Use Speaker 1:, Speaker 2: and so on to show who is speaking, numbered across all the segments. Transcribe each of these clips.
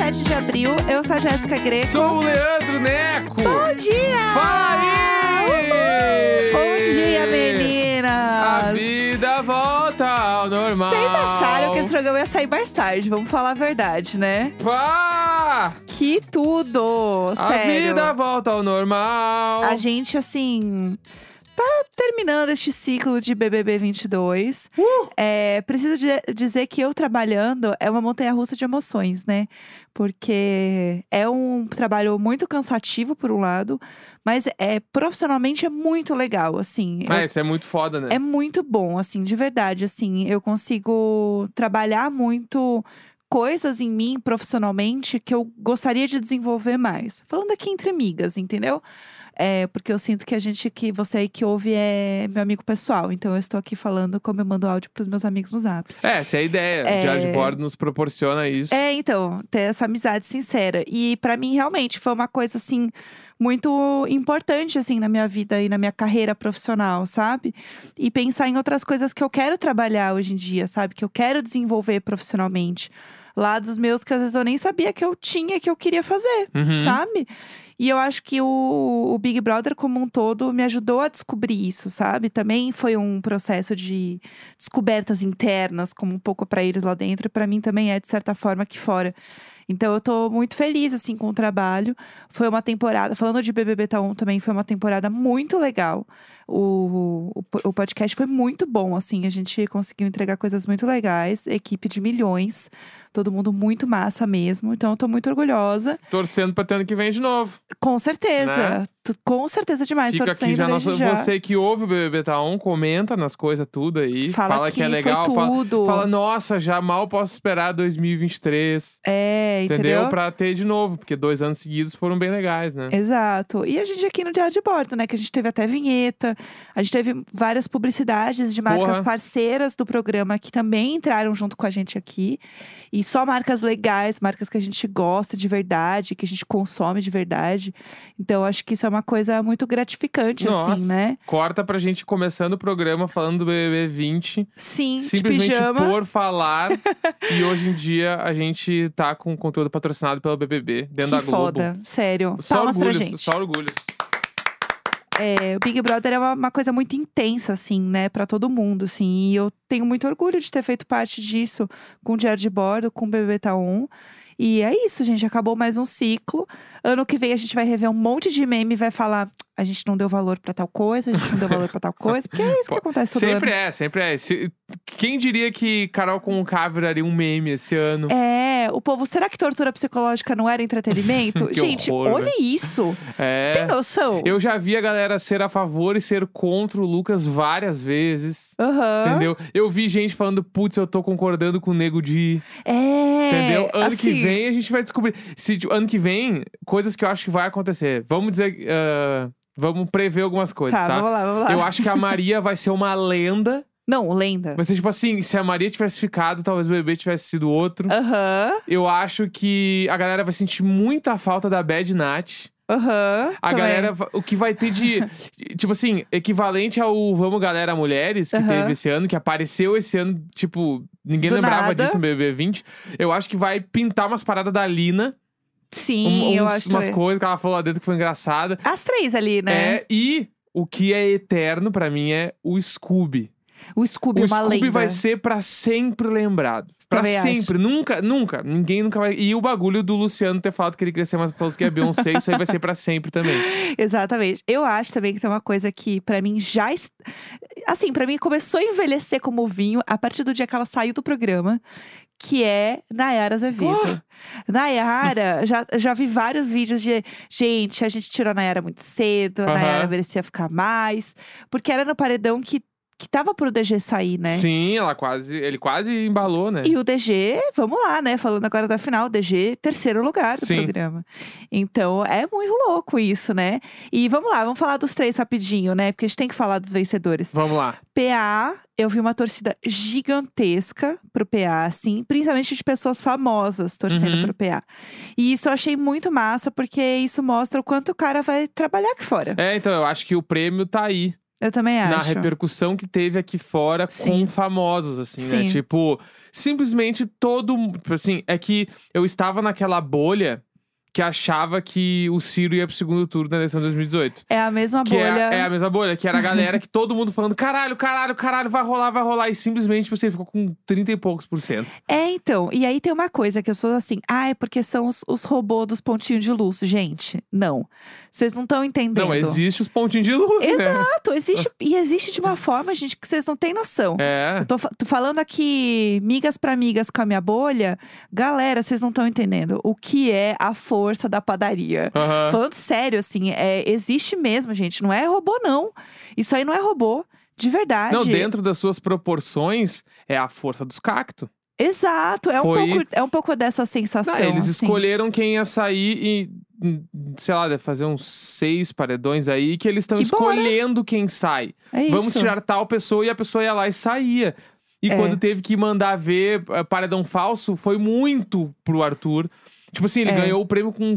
Speaker 1: é 7 de abril. Eu sou a Jéssica Greco.
Speaker 2: Sou o Leandro Neco.
Speaker 1: Bom dia!
Speaker 2: Fala aí!
Speaker 1: Bom dia, meninas!
Speaker 2: A vida volta ao normal.
Speaker 1: Vocês acharam que esse programa ia sair mais tarde, vamos falar a verdade, né?
Speaker 2: Pá!
Speaker 1: Que tudo!
Speaker 2: A
Speaker 1: sério.
Speaker 2: vida é volta ao normal.
Speaker 1: A gente, assim, tá terminando este ciclo de BBB 22.
Speaker 2: Uh!
Speaker 1: É, preciso di- dizer que eu trabalhando é uma montanha russa de emoções, né? Porque é um trabalho muito cansativo, por um lado, mas é profissionalmente é muito legal, assim. Eu-
Speaker 2: Mas isso é muito foda, né?
Speaker 1: é muito bom, assim, de verdade. Assim, eu consigo trabalhar muito coisas em mim profissionalmente que eu gostaria de desenvolver mais. Falando aqui entre amigas, entendeu? É, porque eu sinto que a gente que você aí que ouve é meu amigo pessoal, então eu estou aqui falando como eu mando áudio para os meus amigos no Zap.
Speaker 2: É, essa é a ideia.
Speaker 1: É.
Speaker 2: O Diário de Bordo nos proporciona isso.
Speaker 1: É, então, ter essa amizade sincera. E pra mim, realmente, foi uma coisa, assim, muito importante, assim, na minha vida e na minha carreira profissional, sabe? E pensar em outras coisas que eu quero trabalhar hoje em dia, sabe? Que eu quero desenvolver profissionalmente. Lados meus que às vezes eu nem sabia que eu tinha, que eu queria fazer,
Speaker 2: Uhum.
Speaker 1: sabe? E eu acho que o, o Big Brother como um todo me ajudou a descobrir isso, sabe? Também foi um processo de descobertas internas, como um pouco pra eles lá dentro, e pra mim também é de certa forma aqui fora. Então eu tô muito feliz assim com o trabalho. Foi uma temporada, falando de BBB Taon Tá também, foi uma temporada muito legal. O, o, po- o podcast foi muito bom, assim, a gente conseguiu entregar coisas muito legais, equipe de milhões, todo mundo muito massa mesmo. Então eu tô muito orgulhosa.
Speaker 2: Torcendo pra ter ano que vem de novo.
Speaker 1: Com certeza.
Speaker 2: Né?
Speaker 1: Tu- Com certeza é demais,
Speaker 2: Fica
Speaker 1: torcendo
Speaker 2: aqui já,
Speaker 1: desde
Speaker 2: nossa,
Speaker 1: já.
Speaker 2: Você que ouve o BBB Tá On, comenta nas coisas tudo aí.
Speaker 1: Fala,
Speaker 2: que, é legal.
Speaker 1: foi
Speaker 2: Fala,
Speaker 1: tudo.
Speaker 2: fala, nossa, já mal posso esperar 2023.
Speaker 1: é,
Speaker 2: Entendeu?
Speaker 1: entendeu?
Speaker 2: Pra ter de novo, porque dois anos seguidos foram bem legais,
Speaker 1: É.
Speaker 2: né?
Speaker 1: Exato. E a gente aqui no Diário de Bordo, né? Que a gente teve até vinheta, a gente teve várias publicidades de marcas
Speaker 2: Porra.
Speaker 1: parceiras do programa que também entraram junto com a gente aqui. E só marcas legais, marcas que a gente gosta de verdade, que a gente consome de verdade. Então, acho que isso é uma coisa muito gratificante, assim,
Speaker 2: Nossa.
Speaker 1: né?
Speaker 2: Corta pra gente começando o programa falando do BBB 20.
Speaker 1: Sim, de
Speaker 2: Simplesmente
Speaker 1: pijama.
Speaker 2: por falar. e hoje em dia a gente tá com conteúdo patrocinado pelo BBB dentro da
Speaker 1: que
Speaker 2: Globo.
Speaker 1: foda, sério.
Speaker 2: Só
Speaker 1: Palmas
Speaker 2: orgulhos,
Speaker 1: pra gente.
Speaker 2: só orgulhos.
Speaker 1: É, o Big Brother é uma, uma coisa muito intensa, assim, né, Pra todo mundo, assim. E eu tenho muito orgulho de ter feito parte disso com o Diário de Bordo, com o BBB Taon. Um, E é isso, gente. Acabou mais um ciclo. Ano que vem a gente vai rever um monte de meme e vai falar: a gente não deu valor pra tal coisa, a gente não deu valor pra tal coisa, porque é isso que
Speaker 2: Pô,
Speaker 1: acontece todo
Speaker 2: sempre
Speaker 1: ano.
Speaker 2: é, sempre é. Se- quem diria que Carol com o K viraria um meme esse ano?
Speaker 1: É, o povo, será que tortura psicológica não era entretenimento?
Speaker 2: Que
Speaker 1: gente,
Speaker 2: horror,
Speaker 1: olha isso.
Speaker 2: É.
Speaker 1: Tem um- noção?
Speaker 2: Eu já vi a galera ser a favor e ser contra o Lucas várias vezes.
Speaker 1: Aham.
Speaker 2: Entendeu? Eu vi gente falando, putz, eu tô concordando com o Nego de.
Speaker 1: É.
Speaker 2: Entendeu? Ano que
Speaker 1: assim,
Speaker 2: vem a gente vai descobrir. Se tipo, ano que vem, coisas que eu acho que vai acontecer. Vamos dizer. ah, vamos prever algumas coisas,
Speaker 1: Tá,
Speaker 2: tá?
Speaker 1: vamos lá, vamos lá.
Speaker 2: Eu acho que a Maria vai ser uma lenda.
Speaker 1: Não, lenda.
Speaker 2: Vai ser tipo assim: se a Maria tivesse ficado, talvez o bebê tivesse sido outro.
Speaker 1: Aham.
Speaker 2: Eu acho que a galera vai sentir muita falta da Bad Nat.
Speaker 1: Aham.
Speaker 2: A
Speaker 1: também.
Speaker 2: galera, va- o que vai ter de. tipo assim, equivalente ao Vamos Galera Mulheres, que
Speaker 1: Aham.
Speaker 2: teve esse ano, que apareceu esse ano, tipo, ninguém
Speaker 1: Do
Speaker 2: lembrava
Speaker 1: nada.
Speaker 2: disso no BBB 20. Eu acho que vai pintar umas paradas da Lina,
Speaker 1: Sim,
Speaker 2: um-
Speaker 1: eu
Speaker 2: uns-
Speaker 1: acho.
Speaker 2: umas
Speaker 1: também.
Speaker 2: coisas que ela falou lá dentro que foi engraçada.
Speaker 1: As três ali, né?
Speaker 2: É, e o que é eterno pra mim é o Scooby.
Speaker 1: O Scooby, é
Speaker 2: o
Speaker 1: uma
Speaker 2: Scooby
Speaker 1: lenda.
Speaker 2: vai ser pra sempre lembrado. Pra
Speaker 1: Também acho.
Speaker 2: sempre, nunca, nunca, ninguém nunca vai. E o bagulho do Luciano ter falado que ele queria ser mais famoso que a Beyoncé, isso aí vai ser pra sempre também.
Speaker 1: Exatamente. Eu acho também que tem uma coisa que, pra mim, já. es- Assim, pra mim, começou a envelhecer como vinho a partir do dia que ela saiu do programa, que é Nayara Azevedo. Nayara, já, já vi vários vídeos de. Gente, a gente tirou a Nayara muito cedo, a
Speaker 2: Aham.
Speaker 1: Nayara merecia ficar mais. Porque era no paredão que, que tava pro DG sair, né?
Speaker 2: Sim, ela quase, ele quase embalou, né?
Speaker 1: E o DG, vamos lá, né? Falando agora da final, DG, terceiro lugar do
Speaker 2: Sim.
Speaker 1: programa. Então, é muito louco isso, né? E vamos lá, vamos falar dos três rapidinho, né? Porque a gente tem que falar dos vencedores.
Speaker 2: Vamos lá.
Speaker 1: PA, eu vi uma torcida gigantesca pro PA, assim, principalmente de pessoas famosas torcendo
Speaker 2: Uhum.
Speaker 1: pro PA. E isso eu achei muito massa, porque isso mostra o quanto o cara vai trabalhar aqui fora.
Speaker 2: É, então eu acho que o prêmio tá aí.
Speaker 1: Eu também acho.
Speaker 2: na repercussão que teve aqui fora com
Speaker 1: Sim.
Speaker 2: famosos, assim,
Speaker 1: Sim.
Speaker 2: né? Tipo, simplesmente todo mundo. Assim, é que eu estava naquela bolha que achava que o Ciro ia pro segundo turno na eleição de 2018.
Speaker 1: É a mesma
Speaker 2: Que é,
Speaker 1: bolha.
Speaker 2: é a mesma bolha, que era a galera que todo mundo falando caralho, caralho, caralho, vai rolar, vai rolar. E simplesmente você ficou com 30 e poucos por cento.
Speaker 1: É, então. E aí tem uma coisa que eu sou assim, ah, é porque são os, os robôs dos pontinhos de luz. Gente, não. Vocês não estão entendendo.
Speaker 2: Não, existe os pontinhos de luz, né?
Speaker 1: Exato, existe. e existe de uma forma, gente, que vocês não têm noção.
Speaker 2: Ah. É.
Speaker 1: Eu tô, fa- tô falando aqui, migas pra migas com a minha bolha. Galera, vocês não estão entendendo o que é a força da padaria.
Speaker 2: Aham.
Speaker 1: Falando sério, assim, é, existe mesmo, gente. Não é robô, não. Isso aí não é robô. De verdade.
Speaker 2: Não, dentro das suas proporções, é a força dos cactos.
Speaker 1: Exato, é um,
Speaker 2: Foi-
Speaker 1: pouco, é um pouco dessa sensação.
Speaker 2: Não, eles
Speaker 1: assim.
Speaker 2: escolheram quem ia sair e, hum, sei lá, deve fazer uns seis paredões aí, que eles estão
Speaker 1: E bora.
Speaker 2: escolhendo quem sai.
Speaker 1: É isso.
Speaker 2: Vamos tirar tal pessoa e a pessoa ia lá e saía. E
Speaker 1: É.
Speaker 2: quando teve que mandar ver eh, paredão falso, foi muito pro Arthur. Tipo assim, ele
Speaker 1: É.
Speaker 2: ganhou o prêmio com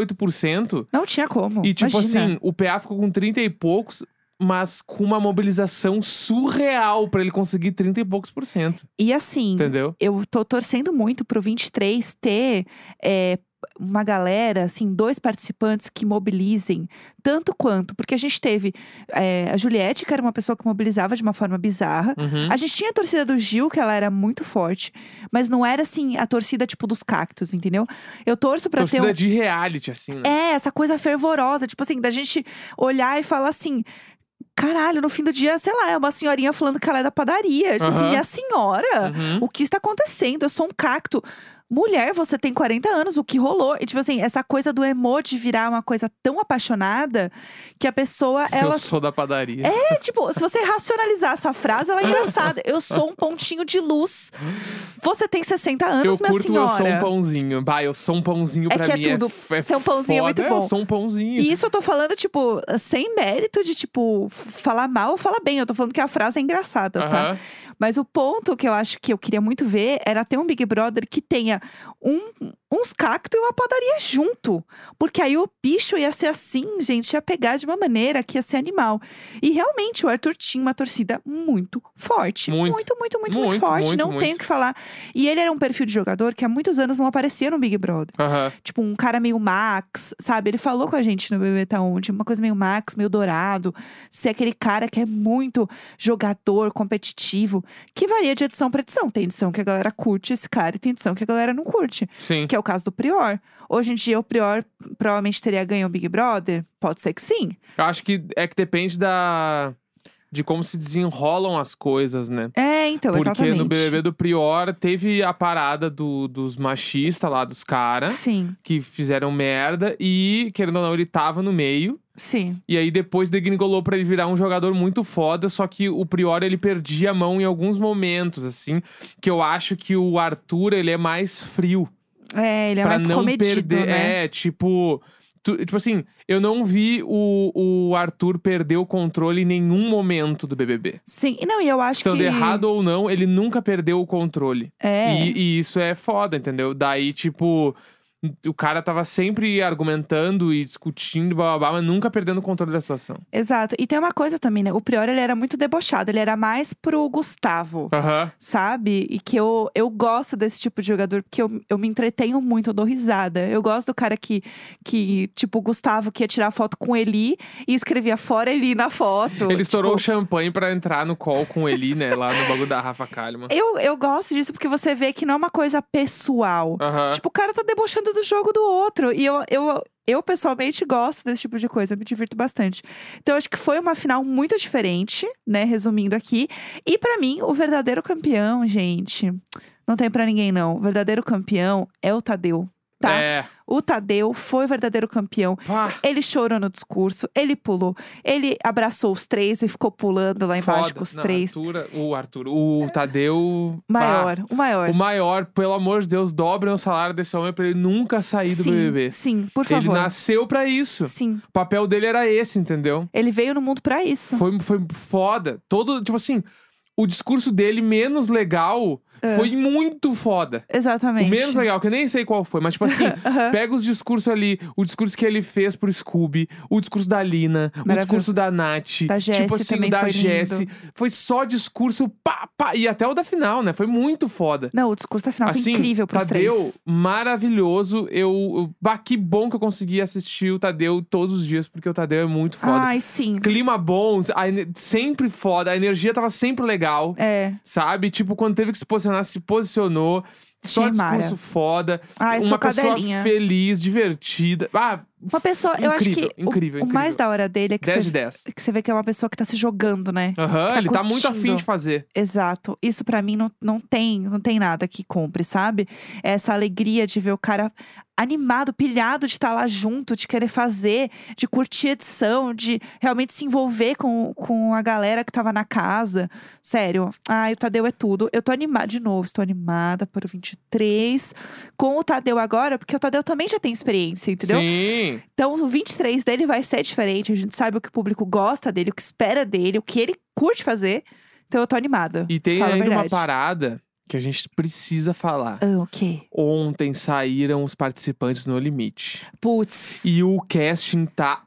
Speaker 2: 68%.
Speaker 1: Não tinha como.
Speaker 2: E tipo
Speaker 1: imagina.
Speaker 2: assim, o PA ficou com 30 e poucos, mas com uma mobilização surreal pra ele conseguir 30 e poucos por cento.
Speaker 1: E assim,
Speaker 2: Entendeu?
Speaker 1: eu tô torcendo muito pro 23 ter é, uma galera, assim, dois participantes que mobilizem tanto quanto. Porque a gente teve é, a Juliette, que era uma pessoa que mobilizava de uma forma bizarra.
Speaker 2: Uhum.
Speaker 1: A gente tinha a torcida do Gil, que ela era muito forte, mas não era assim a torcida tipo dos cactos, entendeu? Eu torço pra ter
Speaker 2: Torcida
Speaker 1: um,
Speaker 2: Então é de reality, assim, né?
Speaker 1: É, essa coisa fervorosa, tipo assim, da gente olhar e falar assim. Caralho, no fim do dia, sei lá, é uma senhorinha falando que ela é da padaria. Tipo assim,
Speaker 2: Aham.
Speaker 1: e a senhora?
Speaker 2: Uhum.
Speaker 1: O que está acontecendo? Eu sou um cacto. Mulher, você tem 40 anos, o que rolou? E tipo assim, essa coisa do emoji virar uma coisa tão apaixonada que a pessoa, ela
Speaker 2: Eu sou da padaria.
Speaker 1: é, tipo, se você racionalizar essa frase, ela é engraçada. Eu sou um pontinho de luz. Você tem 60
Speaker 2: eu
Speaker 1: anos, minha
Speaker 2: curto, eu sou
Speaker 1: é senhora.
Speaker 2: um pãozinho. Vai, eu sou um pãozinho
Speaker 1: É
Speaker 2: pra
Speaker 1: que é
Speaker 2: mim.
Speaker 1: tudo.
Speaker 2: f- É
Speaker 1: Ser um pãozinho é
Speaker 2: foda,
Speaker 1: muito bom.
Speaker 2: Eu sou um pãozinho.
Speaker 1: E isso eu tô falando, tipo, sem mérito de, tipo, f- falar mal ou falar bem. Eu tô falando que a frase é engraçada, tá?
Speaker 2: Aham.
Speaker 1: Mas o ponto que eu acho que eu queria muito ver era ter um Big Brother que tenha um- uns cactos e uma padaria junto. Porque aí o bicho ia ser assim, gente, ia pegar de uma maneira que ia ser animal. E realmente o Arthur tinha uma torcida muito forte.
Speaker 2: Muito.
Speaker 1: muito, muito, muito, muito
Speaker 2: Muito,
Speaker 1: forte.
Speaker 2: muito,
Speaker 1: não
Speaker 2: muito.
Speaker 1: tenho o que falar. E ele era um perfil de jogador que há muitos anos não aparecia no Big Brother
Speaker 2: Aham.
Speaker 1: tipo, um cara meio Max, sabe? Ele falou com a gente no Bebê Tá Onde, uma coisa meio Max, meio dourado. Ser aquele cara que é muito jogador, competitivo, que varia de edição pra edição. Tem edição que a galera curte esse cara e tem edição que a galera não curte.
Speaker 2: Sim.
Speaker 1: Que é o caso do Prior. Hoje em dia, o Prior provavelmente teria ganho o Big Brother? Pode ser que sim.
Speaker 2: Eu acho que é que depende da. De como se desenrolam as coisas, né?
Speaker 1: É, então,
Speaker 2: Porque
Speaker 1: exatamente.
Speaker 2: no BBB do Prior teve a parada do- dos machistas lá, dos caras,
Speaker 1: Sim,
Speaker 2: que fizeram merda e, querendo ou não, ele tava no meio.
Speaker 1: sim.
Speaker 2: E aí depois degringolou pra ele virar um jogador muito foda, só que o Prior ele perdia a mão em alguns momentos, assim, que eu acho que o Arthur ele é mais frio
Speaker 1: É, ele é
Speaker 2: Pra
Speaker 1: mais
Speaker 2: não
Speaker 1: comedido,
Speaker 2: perder,
Speaker 1: né?
Speaker 2: é, tipo, tu- tipo assim, eu não vi o, o Arthur perder o controle em nenhum momento do BBB.
Speaker 1: Sim, e não, e eu acho
Speaker 2: Estando
Speaker 1: que...
Speaker 2: errado ou não, ele nunca perdeu o controle.
Speaker 1: É.
Speaker 2: E, e isso é foda, entendeu? Daí, tipo, o cara tava sempre argumentando e discutindo, blá, blá, blá, mas nunca perdendo o controle da situação.
Speaker 1: Exato. E tem uma coisa também, né? O Prior, ele era muito debochado. Ele era mais pro Gustavo,
Speaker 2: Aham.
Speaker 1: sabe? E que eu, eu gosto desse tipo de jogador, porque eu, eu me entretenho muito, eu dou risada. Eu gosto do cara que, que tipo, o Gustavo, que ia tirar foto com Eli e escrevia fora Eli na foto.
Speaker 2: Ele estourou o
Speaker 1: Tipo,
Speaker 2: champanhe pra entrar no call com o Eli, né? Lá no bagulho da Rafa Kalimann.
Speaker 1: eu, eu gosto disso porque você vê que não é uma coisa pessoal.
Speaker 2: Aham.
Speaker 1: Tipo, o cara tá debochando do jogo do outro. E eu, eu, eu pessoalmente gosto desse tipo de coisa, eu me divirto bastante. Então, acho que foi uma final muito diferente, né? Resumindo aqui. E pra mim, o verdadeiro campeão, gente, não tem pra ninguém não. O verdadeiro campeão é o Tadeu. Tá.
Speaker 2: É.
Speaker 1: O Tadeu foi o verdadeiro campeão.
Speaker 2: Pá,
Speaker 1: Ele chorou no discurso, ele pulou, ele abaçou os três e ficou pulando lá embaixo
Speaker 2: foda.
Speaker 1: com os
Speaker 2: Não,
Speaker 1: três.
Speaker 2: Arthur- o Arthur, o Tadeu. pá.
Speaker 1: Maior, o maior.
Speaker 2: O maior, pelo amor de Deus, dobrem o salário desse homem pra ele nunca sair do
Speaker 1: sim,
Speaker 2: BBB.
Speaker 1: sim, por
Speaker 2: Ele
Speaker 1: favor.
Speaker 2: nasceu pra isso.
Speaker 1: Sim,
Speaker 2: O papel dele era esse, entendeu?
Speaker 1: ele veio no mundo pra isso.
Speaker 2: Foi, foi foda. Todo, tipo assim, o discurso dele menos legal
Speaker 1: É.
Speaker 2: foi muito foda.
Speaker 1: Exatamente.
Speaker 2: O menos legal, que eu nem sei qual foi, mas tipo assim,
Speaker 1: Aham.
Speaker 2: pega os discursos ali, o discurso que ele fez pro Scooby, o discurso da Lina, o
Speaker 1: Maravilhoso.
Speaker 2: discurso da Nath, tipo
Speaker 1: Da Jessie
Speaker 2: assim,
Speaker 1: também
Speaker 2: o da
Speaker 1: foi lindo.
Speaker 2: Jessie. Foi só discurso pá, pá, e até o da final, né? Foi muito foda.
Speaker 1: Não, o discurso da final foi
Speaker 2: Assim,
Speaker 1: incrível pros
Speaker 2: Tadeu,
Speaker 1: três.
Speaker 2: maravilhoso. Eu, eu, bah, que bom que eu consegui assistir o Tadeu todos os dias, porque o Tadeu é muito foda.
Speaker 1: Ai, sim.
Speaker 2: Clima bom, a ener- sempre foda, a energia tava sempre legal,
Speaker 1: É.
Speaker 2: sabe? Tipo, quando teve que se posicionar, se posicionou. Só
Speaker 1: Sim, Mara.
Speaker 2: discurso foda.
Speaker 1: Ai, sou
Speaker 2: uma pessoa
Speaker 1: Ah, é cadelinha.
Speaker 2: feliz, divertida. Ah,
Speaker 1: Uma pessoa, eu acho que
Speaker 2: incrível,
Speaker 1: o-
Speaker 2: incrível,
Speaker 1: o,
Speaker 2: incrível.
Speaker 1: mais da hora dele é que
Speaker 2: 10 de
Speaker 1: você,
Speaker 2: 10.
Speaker 1: que você vê que é uma pessoa que tá se jogando, né?
Speaker 2: Aham,
Speaker 1: tá
Speaker 2: ele tá muito afim
Speaker 1: curtindo.
Speaker 2: de fazer.
Speaker 1: Exato. Isso pra mim não, não tem, não tem nada que compre, sabe? É Essa alegria de ver o cara animado, pilhado de estar lá junto, de querer fazer, de curtir a edição, de realmente se envolver com, com a galera que tava na casa. Sério. Ai, o Tadeu é tudo. Eu tô animada de novo, estou animada para o 23 com o Tadeu agora, porque o Tadeu também já tem experiência, entendeu?
Speaker 2: Sim.
Speaker 1: Então, o 23 dele vai ser diferente. A gente sabe o que o público gosta dele, o que espera dele, o que ele curte fazer. Então, eu tô animada.
Speaker 2: E tem
Speaker 1: Fala a
Speaker 2: ainda uma
Speaker 1: verdade.
Speaker 2: parada que a gente precisa falar.
Speaker 1: Ah, o quê?
Speaker 2: Ontem saíram os participantes no Limite.
Speaker 1: Putz.
Speaker 2: E o casting tá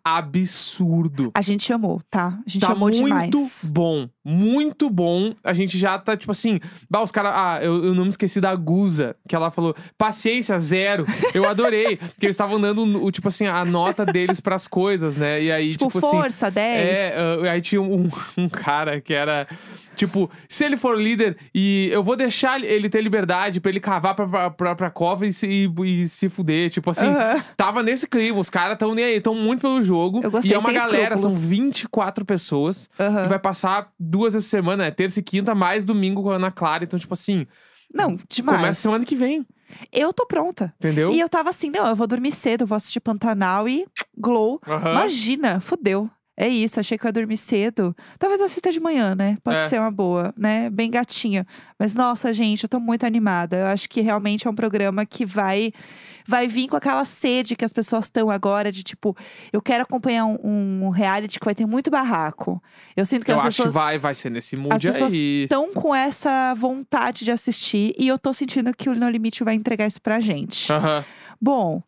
Speaker 2: absurdo.
Speaker 1: A gente amou, tá? A gente
Speaker 2: tá
Speaker 1: amou
Speaker 2: muito
Speaker 1: demais.
Speaker 2: bom, muito bom. A gente já tá, tipo assim, bah, os caras. Ah, eu, eu não me esqueci da Guza, que ela falou, paciência, zero. Eu adorei. porque eles estavam dando, o, tipo assim, a nota deles pras coisas, né? E aí,
Speaker 1: Tipo,
Speaker 2: tipo, assim.
Speaker 1: força, 10.
Speaker 2: É, ah, aí tinha um, um cara que era. Tipo, se ele for líder e eu vou deixar ele ter liberdade pra ele cavar pra, pra, pra, pra cova e se, e, e se fuder. Tipo assim,
Speaker 1: Aham.
Speaker 2: tava nesse clima. Os caras tão nem aí, tão muito pelo jogo.
Speaker 1: Eu gostei,
Speaker 2: e é uma
Speaker 1: sem
Speaker 2: galera, são
Speaker 1: escrúpulos.
Speaker 2: 24 pessoas.
Speaker 1: Aham.
Speaker 2: E vai passar duas vezes por semana, né? Terça e quinta, mais domingo com a Ana Clara. Então, tipo assim,
Speaker 1: Não, demais.
Speaker 2: começa semana que vem,
Speaker 1: Eu tô pronta.
Speaker 2: entendeu?
Speaker 1: E eu tava assim, não, eu vou dormir cedo, eu vou assistir Pantanal e Glow.
Speaker 2: Aham.
Speaker 1: Imagina, fudeu. É isso, achei que eu ia dormir cedo. Talvez eu assista de manhã, né? Pode
Speaker 2: É.
Speaker 1: ser uma boa, né? Bem gatinha. Mas nossa, gente, eu tô muito animada. Eu acho que realmente é um programa que vai vai vir com aquela sede que as pessoas estão agora de tipo, eu quero acompanhar um, um reality que vai ter muito barraco. Eu sinto que
Speaker 2: Eu
Speaker 1: as
Speaker 2: acho que
Speaker 1: pessoas
Speaker 2: vai, vai ser nesse mundo
Speaker 1: as pessoas
Speaker 2: aí.
Speaker 1: estão com essa vontade de assistir e eu tô sentindo que o No Limite vai entregar isso pra gente.
Speaker 2: Aham.
Speaker 1: Bom,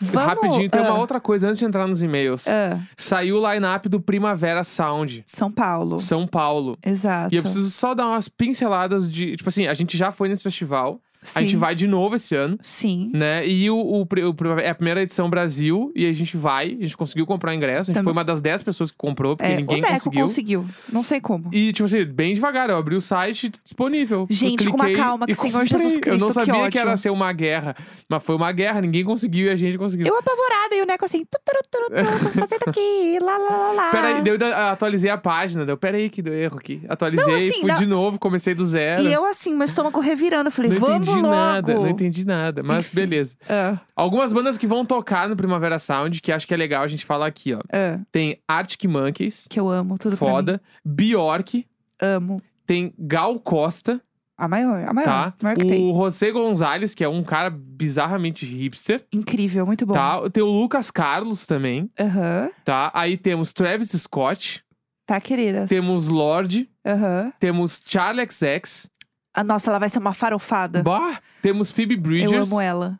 Speaker 1: vamos
Speaker 2: Rapidinho, tem
Speaker 1: Ah,
Speaker 2: uma outra coisa antes de entrar nos e-mails.
Speaker 1: ah,
Speaker 2: Saiu o line-up do Primavera Sound,
Speaker 1: São Paulo.
Speaker 2: São Paulo.
Speaker 1: Exato.
Speaker 2: E eu preciso só dar umas pinceladas de. Tipo assim, a gente já foi nesse festival,
Speaker 1: Sim.
Speaker 2: a gente vai de novo esse ano,
Speaker 1: Sim.
Speaker 2: né? E o, o, pri- o Primavera- é a primeira edição Brasil, e a gente vai, a gente conseguiu comprar ingresso, a gente
Speaker 1: Também.
Speaker 2: foi uma das 10 pessoas que comprou, porque
Speaker 1: Tá É, o
Speaker 2: ninguém
Speaker 1: Neco
Speaker 2: conseguiu.
Speaker 1: Não sei como.
Speaker 2: E, tipo assim, bem devagar, eu abri o site disponível.
Speaker 1: Gente,
Speaker 2: eu
Speaker 1: com uma
Speaker 2: cliquei
Speaker 1: calma,
Speaker 2: e
Speaker 1: que o Senhor
Speaker 2: comprei.
Speaker 1: Jesus
Speaker 2: Eu
Speaker 1: Cristo,
Speaker 2: não
Speaker 1: que
Speaker 2: sabia que,
Speaker 1: ódio.
Speaker 2: era ser uma guerra, mas foi uma guerra, ninguém conseguiu e a gente conseguiu.
Speaker 1: Eu apavorada e o Neco assim, tuturuturutu, tô fazendo aqui, lá, lá, lá, lá.
Speaker 2: Peraí, daí eu da- atualizei a página, deu, peraí que deu erro aqui. Atualizei,
Speaker 1: Não, assim,
Speaker 2: fui
Speaker 1: não-
Speaker 2: de novo, comecei do zero.
Speaker 1: E eu assim, meu estômago revirando, eu falei,
Speaker 2: não
Speaker 1: vamos
Speaker 2: entendi
Speaker 1: logo.
Speaker 2: nada, não entendi nada, mas
Speaker 1: Enfim.
Speaker 2: beleza.
Speaker 1: Ah,
Speaker 2: Algumas bandas que vão tocar no Primavera Sound, que acho que é legal a gente falar aqui, ó.
Speaker 1: ah,
Speaker 2: Tem Arctic Monkeys,
Speaker 1: que eu amo, tudo pra
Speaker 2: foda. Bjork,
Speaker 1: mim. Amo.
Speaker 2: tem Gal Costa,
Speaker 1: A maior, a maior.
Speaker 2: tá?
Speaker 1: a maior É, que tem.
Speaker 2: O José Gonzalez, que é um cara bizarramente hipster,
Speaker 1: Incrível, muito bom.
Speaker 2: tá? Tem o Lucas Carlos também,
Speaker 1: Aham.
Speaker 2: tá? Aí temos Travis Scott,
Speaker 1: Tá, queridas.
Speaker 2: temos Lorde,
Speaker 1: Aham.
Speaker 2: temos Charlie XX,
Speaker 1: Ah, Nossa, ela vai ser uma farofada.
Speaker 2: Bah! Temos Phoebe
Speaker 1: eu
Speaker 2: Bridgers.
Speaker 1: amo ela.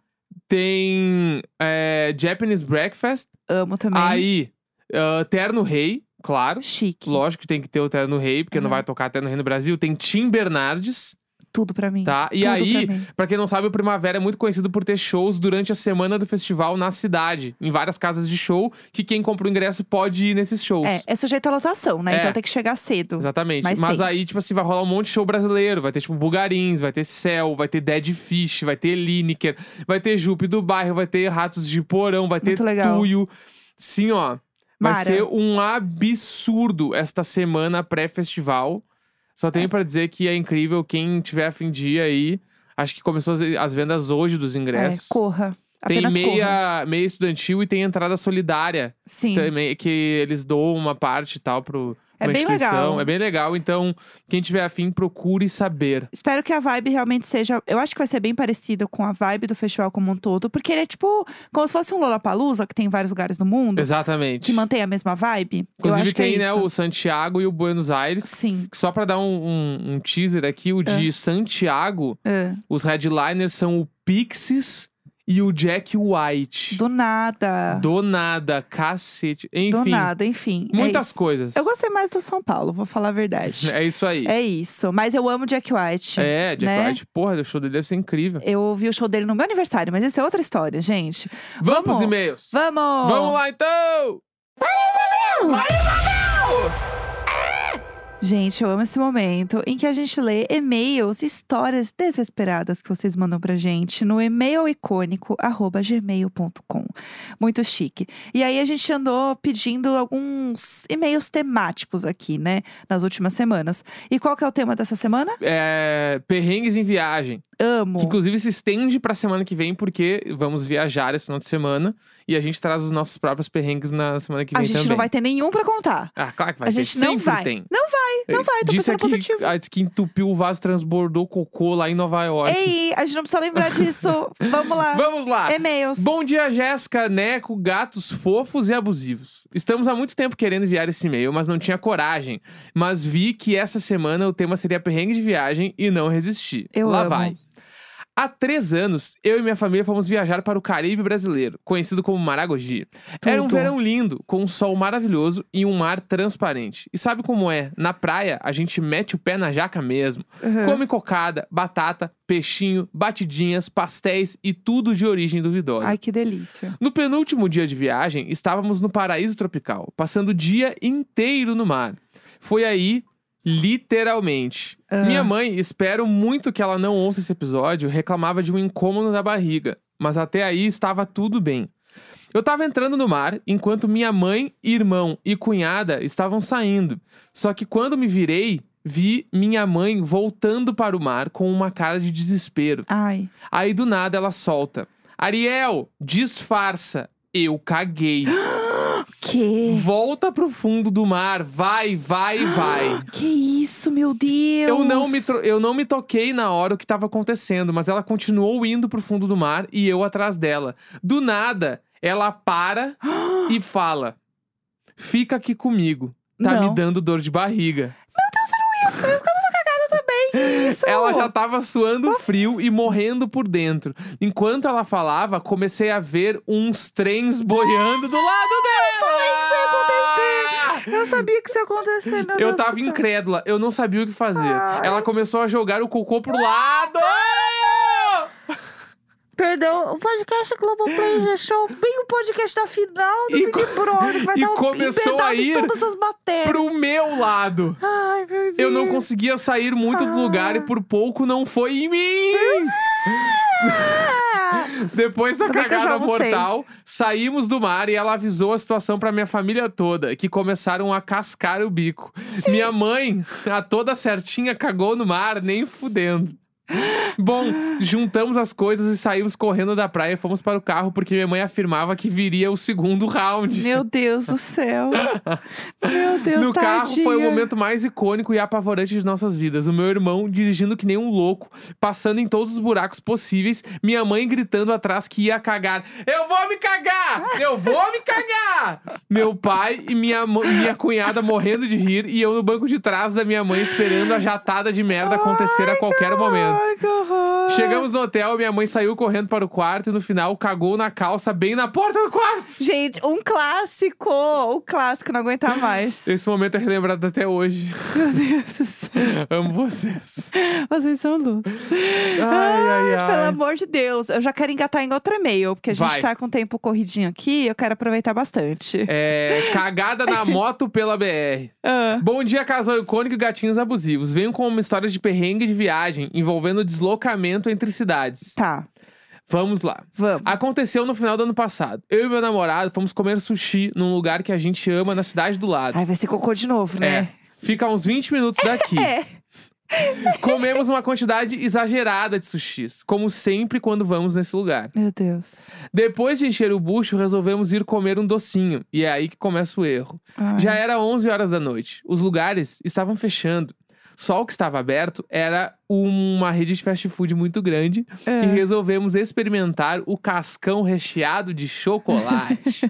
Speaker 2: Tem é, Japanese Breakfast.
Speaker 1: Amo também.
Speaker 2: Aí, ah, Terno Rei, claro.
Speaker 1: Chique.
Speaker 2: Lógico que tem que ter o Terno Rei, porque não
Speaker 1: Aham.
Speaker 2: vai tocar Terno Rei no Brasil. Tem Tim Bernardes,
Speaker 1: Tudo pra mim.
Speaker 2: tá? E
Speaker 1: Tudo
Speaker 2: aí,
Speaker 1: pra mim.
Speaker 2: pra quem não sabe, o Primavera é muito conhecido por ter shows durante a semana do festival na cidade, em várias casas de show, que quem compra o ingresso pode ir nesses shows.
Speaker 1: É, é sujeito à lotação, né?
Speaker 2: É.
Speaker 1: Então tem que chegar cedo.
Speaker 2: Exatamente.
Speaker 1: Mas tem.
Speaker 2: aí, tipo assim, vai rolar um monte de show brasileiro. Vai ter, tipo, Bugarins, vai ter Cell, vai ter Dead Fish, vai ter Lineker, vai ter Jupe do Bairro, vai ter Ratos de Porão, vai ter
Speaker 1: Muito legal.
Speaker 2: Tuyo. Sim, ó. Vai
Speaker 1: Mara.
Speaker 2: ser um absurdo esta semana pré-festival. Só tenho pra dizer que é incrível. Quem tiver a fim de ir aí, acho que começou as, as vendas hoje dos
Speaker 1: É,
Speaker 2: ingressos.
Speaker 1: corra.
Speaker 2: tem
Speaker 1: Apenas corra.
Speaker 2: meia, meia estudantil e tem entrada solidária
Speaker 1: Sim.
Speaker 2: também que eles doam uma parte e tal pro,
Speaker 1: É
Speaker 2: uma
Speaker 1: bem
Speaker 2: instituição.
Speaker 1: legal.
Speaker 2: É bem legal. Então, quem tiver afim, procure saber.
Speaker 1: Espero que a vibe realmente seja. Eu acho que vai ser bem parecida com a vibe do festival como um todo, porque ele é tipo como se fosse um Lollapalooza que tem em vários lugares do mundo,
Speaker 2: Exatamente.
Speaker 1: que mantém a mesma vibe. eu
Speaker 2: Inclusive,
Speaker 1: acho que
Speaker 2: tem
Speaker 1: é
Speaker 2: né,
Speaker 1: isso.
Speaker 2: o Santiago e o Buenos Aires.
Speaker 1: Sim.
Speaker 2: Só pra dar um, um- um teaser aqui, o
Speaker 1: Ah.
Speaker 2: de Santiago,
Speaker 1: é.
Speaker 2: os headliners são o Pixies e o Jack White.
Speaker 1: Do nada.
Speaker 2: Do nada, cacete.
Speaker 1: Do
Speaker 2: Enfim,
Speaker 1: nada, enfim. é
Speaker 2: muitas
Speaker 1: isso.
Speaker 2: coisas.
Speaker 1: Eu gostei mais do São Paulo, vou falar a verdade.
Speaker 2: É isso aí.
Speaker 1: É isso. Mas eu amo Jack White.
Speaker 2: É, Jack
Speaker 1: né?
Speaker 2: White, porra, o show dele deve ser incrível.
Speaker 1: Eu ouvi o show dele no meu aniversário, mas isso é outra história, gente.
Speaker 2: Vamos,
Speaker 1: Vamos.
Speaker 2: pros e-mails.
Speaker 1: Vamos!
Speaker 2: Vamos lá então!
Speaker 1: Gente, eu amo esse momento em que a gente lê e-mails, histórias desesperadas que vocês mandam pra gente no e-mail icônico arroba gmail.com. Muito chique. E aí a gente andou pedindo alguns e-mails temáticos aqui, né? Nas últimas semanas. E qual que é o tema dessa semana?
Speaker 2: É, perrengues em viagem.
Speaker 1: Amo.
Speaker 2: Que inclusive se estende pra semana que vem, porque vamos viajar esse final de semana. E a gente traz os nossos próprios perrengues na semana que
Speaker 1: a
Speaker 2: vem
Speaker 1: gente
Speaker 2: também.
Speaker 1: não vai ter nenhum pra contar.
Speaker 2: Ah, claro que vai
Speaker 1: a
Speaker 2: ter.
Speaker 1: gente não
Speaker 2: Sempre
Speaker 1: vai.
Speaker 2: tem.
Speaker 1: Não vai, não vai. Tô
Speaker 2: Disse
Speaker 1: pensando
Speaker 2: aqui,
Speaker 1: positivo.
Speaker 2: ah, Disse que entupiu o vaso, transbordou cocô lá em Nova York.
Speaker 1: Ei, a gente não precisa lembrar disso. Vamos lá.
Speaker 2: Vamos lá!
Speaker 1: E-mails.
Speaker 2: Bom dia, Jéssica, Neco, gatos fofos e abusivos. Estamos há muito tempo querendo enviar esse e-mail, mas não tinha coragem. Mas vi que essa semana o tema seria perrengue de viagem e não resisti.
Speaker 1: Eu
Speaker 2: Lá
Speaker 1: amo.
Speaker 2: vai. Há três anos, eu e minha família fomos viajar para o Caribe brasileiro, conhecido como Maragogi. Era um
Speaker 1: Tudo.
Speaker 2: verão lindo, com um sol maravilhoso e um mar transparente. E sabe como é? Na praia, a gente mete o pé na jaca mesmo.
Speaker 1: Uhum.
Speaker 2: Come cocada, batata, peixinho, batidinhas, pastéis e tudo de origem duvidosa.
Speaker 1: Ai, que delícia.
Speaker 2: No penúltimo dia de viagem, estávamos no paraíso tropical, passando o dia inteiro no mar. Foi aí, literalmente. Minha mãe, espero muito que ela não ouça esse episódio, reclamava de um incômodo na barriga, mas até aí estava tudo bem. Eu estava entrando no mar enquanto minha mãe, irmão e cunhada estavam saindo. Só que quando me virei, vi minha mãe voltando para o mar com uma cara de desespero.
Speaker 1: Ai.
Speaker 2: Aí do nada ela solta. Ariel, disfarça. Eu caguei.
Speaker 1: Que?
Speaker 2: Volta pro fundo do mar. Vai, vai, vai.
Speaker 1: Que isso, meu Deus!
Speaker 2: Eu não, me tro- eu não me toquei na hora o que tava acontecendo, mas ela continuou indo pro fundo do mar e eu atrás dela. Do nada, ela para e fala: Fica aqui comigo. Tá
Speaker 1: Não.
Speaker 2: me dando dor de barriga.
Speaker 1: Isso!
Speaker 2: Ela já tava suando frio e morrendo por dentro. Enquanto ela falava, comecei a ver uns trens boiando do lado dela.
Speaker 1: Eu sabia que isso ia acontecer, meu
Speaker 2: Eu
Speaker 1: Deus
Speaker 2: tava
Speaker 1: do céu.
Speaker 2: incrédula, eu não sabia o que fazer.
Speaker 1: Ai.
Speaker 2: Ela começou a jogar o cocô pro lado.
Speaker 1: Perdão, o podcast Globoplay já show bem o podcast da final do
Speaker 2: E
Speaker 1: Big
Speaker 2: co-
Speaker 1: Brother. que Vai
Speaker 2: e
Speaker 1: dar um
Speaker 2: começou
Speaker 1: embeddado
Speaker 2: a ir
Speaker 1: em todas as matérias.
Speaker 2: Pro meu lado.
Speaker 1: Ai, meu Deus.
Speaker 2: Eu não conseguia sair muito do lugar e por pouco não foi em mim.
Speaker 1: Ah!
Speaker 2: Depois da
Speaker 1: Ainda bem que eu já
Speaker 2: cagada
Speaker 1: almocei.
Speaker 2: mortal, saímos do mar e ela avisou a situação pra minha família toda, que começaram a cascar o bico. Minha mãe, a toda certinha, cagou no mar, nem fudendo. Bom, juntamos as coisas e saímos correndo da praia e fomos para o carro porque minha mãe afirmava que viria o segundo round.
Speaker 1: Meu Deus do céu. Meu Deus,
Speaker 2: no carro foi o
Speaker 1: tadinha.
Speaker 2: momento mais icônico e apavorante de nossas vidas. O meu irmão dirigindo que nem um louco, passando em todos os buracos possíveis, minha mãe gritando atrás que ia cagar. Eu vou me cagar! Eu vou me cagar! meu pai e minha, mo- minha cunhada morrendo de rir e eu no banco de trás da minha mãe esperando a jatada de merda acontecer a qualquer momento.
Speaker 1: Ai, que horror.
Speaker 2: Chegamos no hotel, minha mãe saiu correndo para o quarto e no final cagou na calça bem na porta do quarto.
Speaker 1: Gente, um clássico. O clássico, não aguentar mais.
Speaker 2: Esse momento é relembrado até hoje.
Speaker 1: Meu Deus do céu.
Speaker 2: Amo vocês.
Speaker 1: Vocês são luz.
Speaker 2: Ai, ai, ai.
Speaker 1: Pelo amor de Deus, eu já quero engatar em outro e-mail, porque a gente
Speaker 2: Vai.
Speaker 1: tá com tempo corridinho aqui, eu quero aproveitar bastante.
Speaker 2: É, cagada na moto pela BR.
Speaker 1: Ah,
Speaker 2: Bom dia, casal icônico e gatinhos abusivos. Venho com uma história de perrengue de viagem envolvendo deslocamento entre cidades.
Speaker 1: tá,
Speaker 2: Vamos lá.
Speaker 1: vamos.
Speaker 2: Aconteceu no final do ano passado. Eu e meu namorado fomos comer sushi num lugar que a gente ama na cidade do lado.
Speaker 1: Ai, vai ser cocô de novo,
Speaker 2: É.
Speaker 1: né?
Speaker 2: Fica a uns 20 minutos daqui.
Speaker 1: É.
Speaker 2: Comemos uma quantidade exagerada de sushis, como sempre quando vamos nesse lugar.
Speaker 1: Meu Deus.
Speaker 2: Depois de encher o bucho, resolvemos ir comer um docinho. E é aí que começa o erro.
Speaker 1: Ai.
Speaker 2: Já era 11 horas da noite. Os lugares estavam fechando. Só o que estava aberto era uma rede de fast food muito grande
Speaker 1: ah, É.
Speaker 2: e resolvemos experimentar o cascão recheado de chocolate.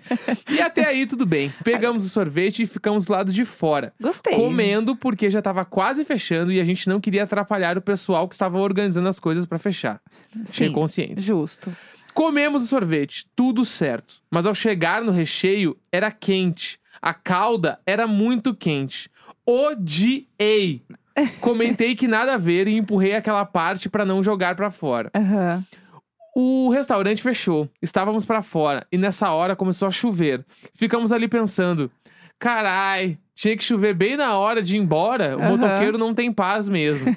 Speaker 2: e até aí tudo bem. Pegamos o sorvete e ficamos do lado de fora.
Speaker 1: Gostei.
Speaker 2: Comendo porque já estava quase fechando e a gente não queria atrapalhar o pessoal que estava organizando as coisas para fechar. Achei
Speaker 1: Sim,
Speaker 2: consciente.
Speaker 1: Justo.
Speaker 2: Comemos o sorvete, tudo certo. Mas ao chegar no recheio, era quente. A calda era muito quente. Odiei! Comentei que nada a ver e empurrei aquela parte pra não jogar pra fora.
Speaker 1: Aham.
Speaker 2: O restaurante fechou, estávamos pra fora e nessa hora começou a chover. Ficamos ali pensando: carai, tinha que chover bem na hora de ir embora? O
Speaker 1: Aham.
Speaker 2: motoqueiro não tem paz mesmo.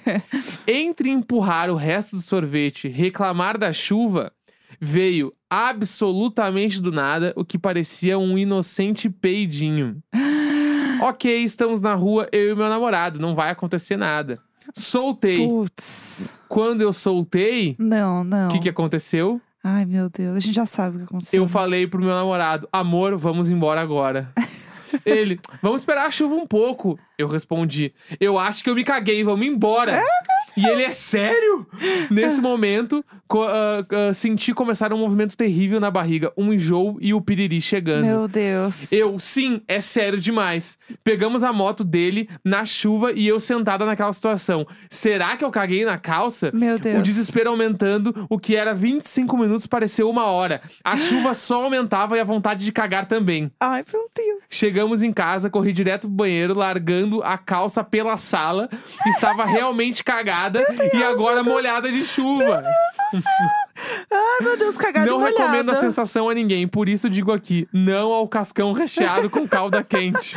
Speaker 2: Entre empurrar o resto do sorvete, reclamar da chuva, veio absolutamente do nada o que parecia um inocente peidinho. ok, estamos na rua, eu e meu namorado, não vai acontecer nada. Soltei.
Speaker 1: Putz.
Speaker 2: Quando eu soltei,
Speaker 1: Não, não.
Speaker 2: o que que aconteceu?
Speaker 1: Ai, meu Deus. A gente já sabe o que aconteceu.
Speaker 2: Eu falei pro meu namorado, amor, vamos embora agora. Ele, vamos esperar a chuva um pouco. Eu respondi, eu acho que eu me caguei, vamos embora. E ele, é sério? Nesse momento, co- ah, ah, senti começar um movimento terrível na barriga, um enjoo e o piriri chegando.
Speaker 1: Meu Deus.
Speaker 2: Eu, sim, é sério demais. Pegamos a moto dele na chuva e eu sentada naquela situação. Será que eu caguei na calça?
Speaker 1: Meu
Speaker 2: O
Speaker 1: Deus.
Speaker 2: desespero aumentando, o que era 25 minutos pareceu uma hora. A chuva só aumentava e a vontade de cagar também.
Speaker 1: Ai, meu Deus.
Speaker 2: Chegamos em casa, corri direto pro banheiro, largando a calça pela sala. Estava realmente cagada e agora molhada de chuva.
Speaker 1: Ai, meu Deus, cagada
Speaker 2: não
Speaker 1: e molhada.
Speaker 2: recomendo a sensação a ninguém, por isso digo aqui: não ao cascão recheado com calda quente.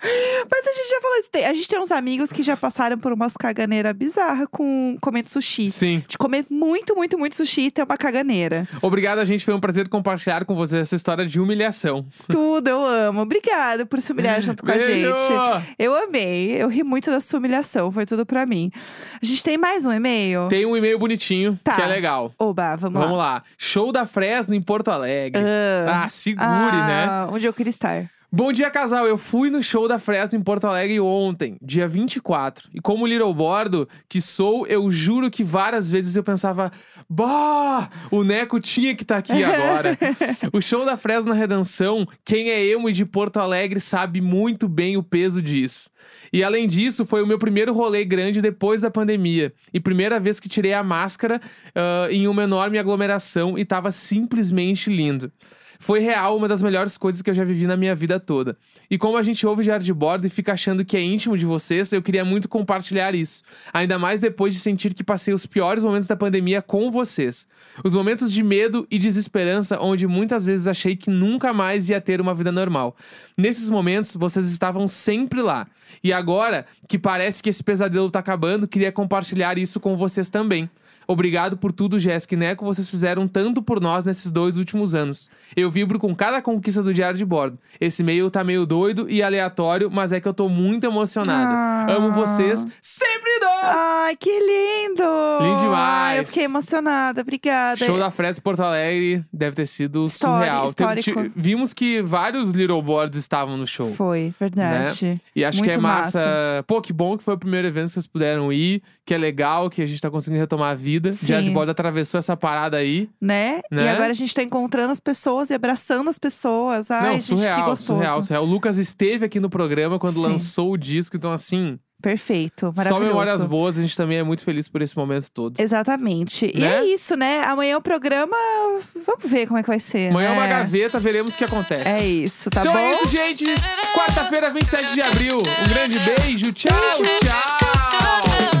Speaker 1: Mas a gente já falou isso. Tem- A gente tem uns amigos que já passaram por umas caganeiras bizarras com comendo sushi.
Speaker 2: Sim.
Speaker 1: De comer muito, muito, muito sushi e ter uma caganeira.
Speaker 2: Obrigado, gente. Foi um prazer compartilhar com você essa história de humilhação.
Speaker 1: Tudo, eu amo. Obrigada por se humilhar junto com a
Speaker 2: Beijo!
Speaker 1: gente. Eu amei. Eu ri muito da sua humilhação. Foi tudo pra mim. A gente tem mais um e-mail?
Speaker 2: Tem um e-mail bonitinho,
Speaker 1: Tá.
Speaker 2: que é legal.
Speaker 1: Oba, vamos,
Speaker 2: Vamos lá. Show da Fresno em Porto Alegre. Ah, segure, né?
Speaker 1: ah, Onde eu queria estar.
Speaker 2: Bom dia, casal. Eu fui no show da Fresno em Porto Alegre ontem, dia 24. E como Little Bordo que sou, eu juro que várias vezes eu pensava: Bah, o Neco tinha que estar aqui agora. o show da Fresno na Redenção, quem é emo e de Porto Alegre sabe muito bem o peso disso. E além disso, foi o meu primeiro rolê grande depois da pandemia. E primeira vez que tirei a máscara ah, em uma enorme aglomeração e tava simplesmente lindo. Foi real uma das melhores coisas que eu já vivi na minha vida toda. E como a gente ouve Diário de Bordo e fica achando que é íntimo de vocês, eu queria muito compartilhar isso. Ainda mais depois de sentir que passei os piores momentos da pandemia com vocês. Os momentos de medo e desesperança, onde muitas vezes achei que nunca mais ia ter uma vida normal. Nesses momentos, vocês estavam sempre lá. E agora, que parece que esse pesadelo tá acabando, queria compartilhar isso com vocês também. Obrigado por tudo, Jéssica e Neco. Vocês fizeram tanto por nós nesses dois últimos anos. Eu vibro com cada conquista do Diário de Bordo. Esse e-mail tá meio doido e aleatório, mas é que eu tô muito emocionado.
Speaker 1: Ah.
Speaker 2: Amo vocês, sempre dois!
Speaker 1: Ai, que lindo!
Speaker 2: Lindo demais.
Speaker 1: Ai, eu fiquei emocionada. Obrigada.
Speaker 2: Show da Fresno Porto Alegre deve ter sido
Speaker 1: História-
Speaker 2: surreal. Tem-
Speaker 1: Ah, histórico.
Speaker 2: ti- vimos que vários Little Boards estavam no show.
Speaker 1: Foi, verdade.
Speaker 2: E acho que é
Speaker 1: Muito
Speaker 2: massa.
Speaker 1: massa.
Speaker 2: Pô, que bom que foi o primeiro evento que vocês puderam ir, que é legal, que a gente tá conseguindo retomar a vida.
Speaker 1: Sim.
Speaker 2: Diário de Bordo atravessou essa parada aí.
Speaker 1: Né? E
Speaker 2: Né?
Speaker 1: agora a gente tá encontrando as pessoas e abraçando as pessoas. Ai,
Speaker 2: Não,
Speaker 1: gente, que
Speaker 2: surreal,
Speaker 1: gostoso.
Speaker 2: surreal, surreal. O Lucas esteve aqui no programa quando
Speaker 1: Sim.
Speaker 2: lançou o disco, então assim,
Speaker 1: Perfeito,
Speaker 2: só
Speaker 1: maravilhoso.
Speaker 2: memórias boas, a gente também é muito feliz por esse momento todo.
Speaker 1: Exatamente. E
Speaker 2: Né?
Speaker 1: é isso, né? Amanhã o programa, vamos ver como é que vai ser.
Speaker 2: Amanhã é
Speaker 1: né?
Speaker 2: uma gaveta, veremos o que acontece.
Speaker 1: É isso, tá
Speaker 2: então
Speaker 1: bom?
Speaker 2: é isso, gente. Quarta-feira, 27 de abril. Um grande beijo. Tchau, tchau.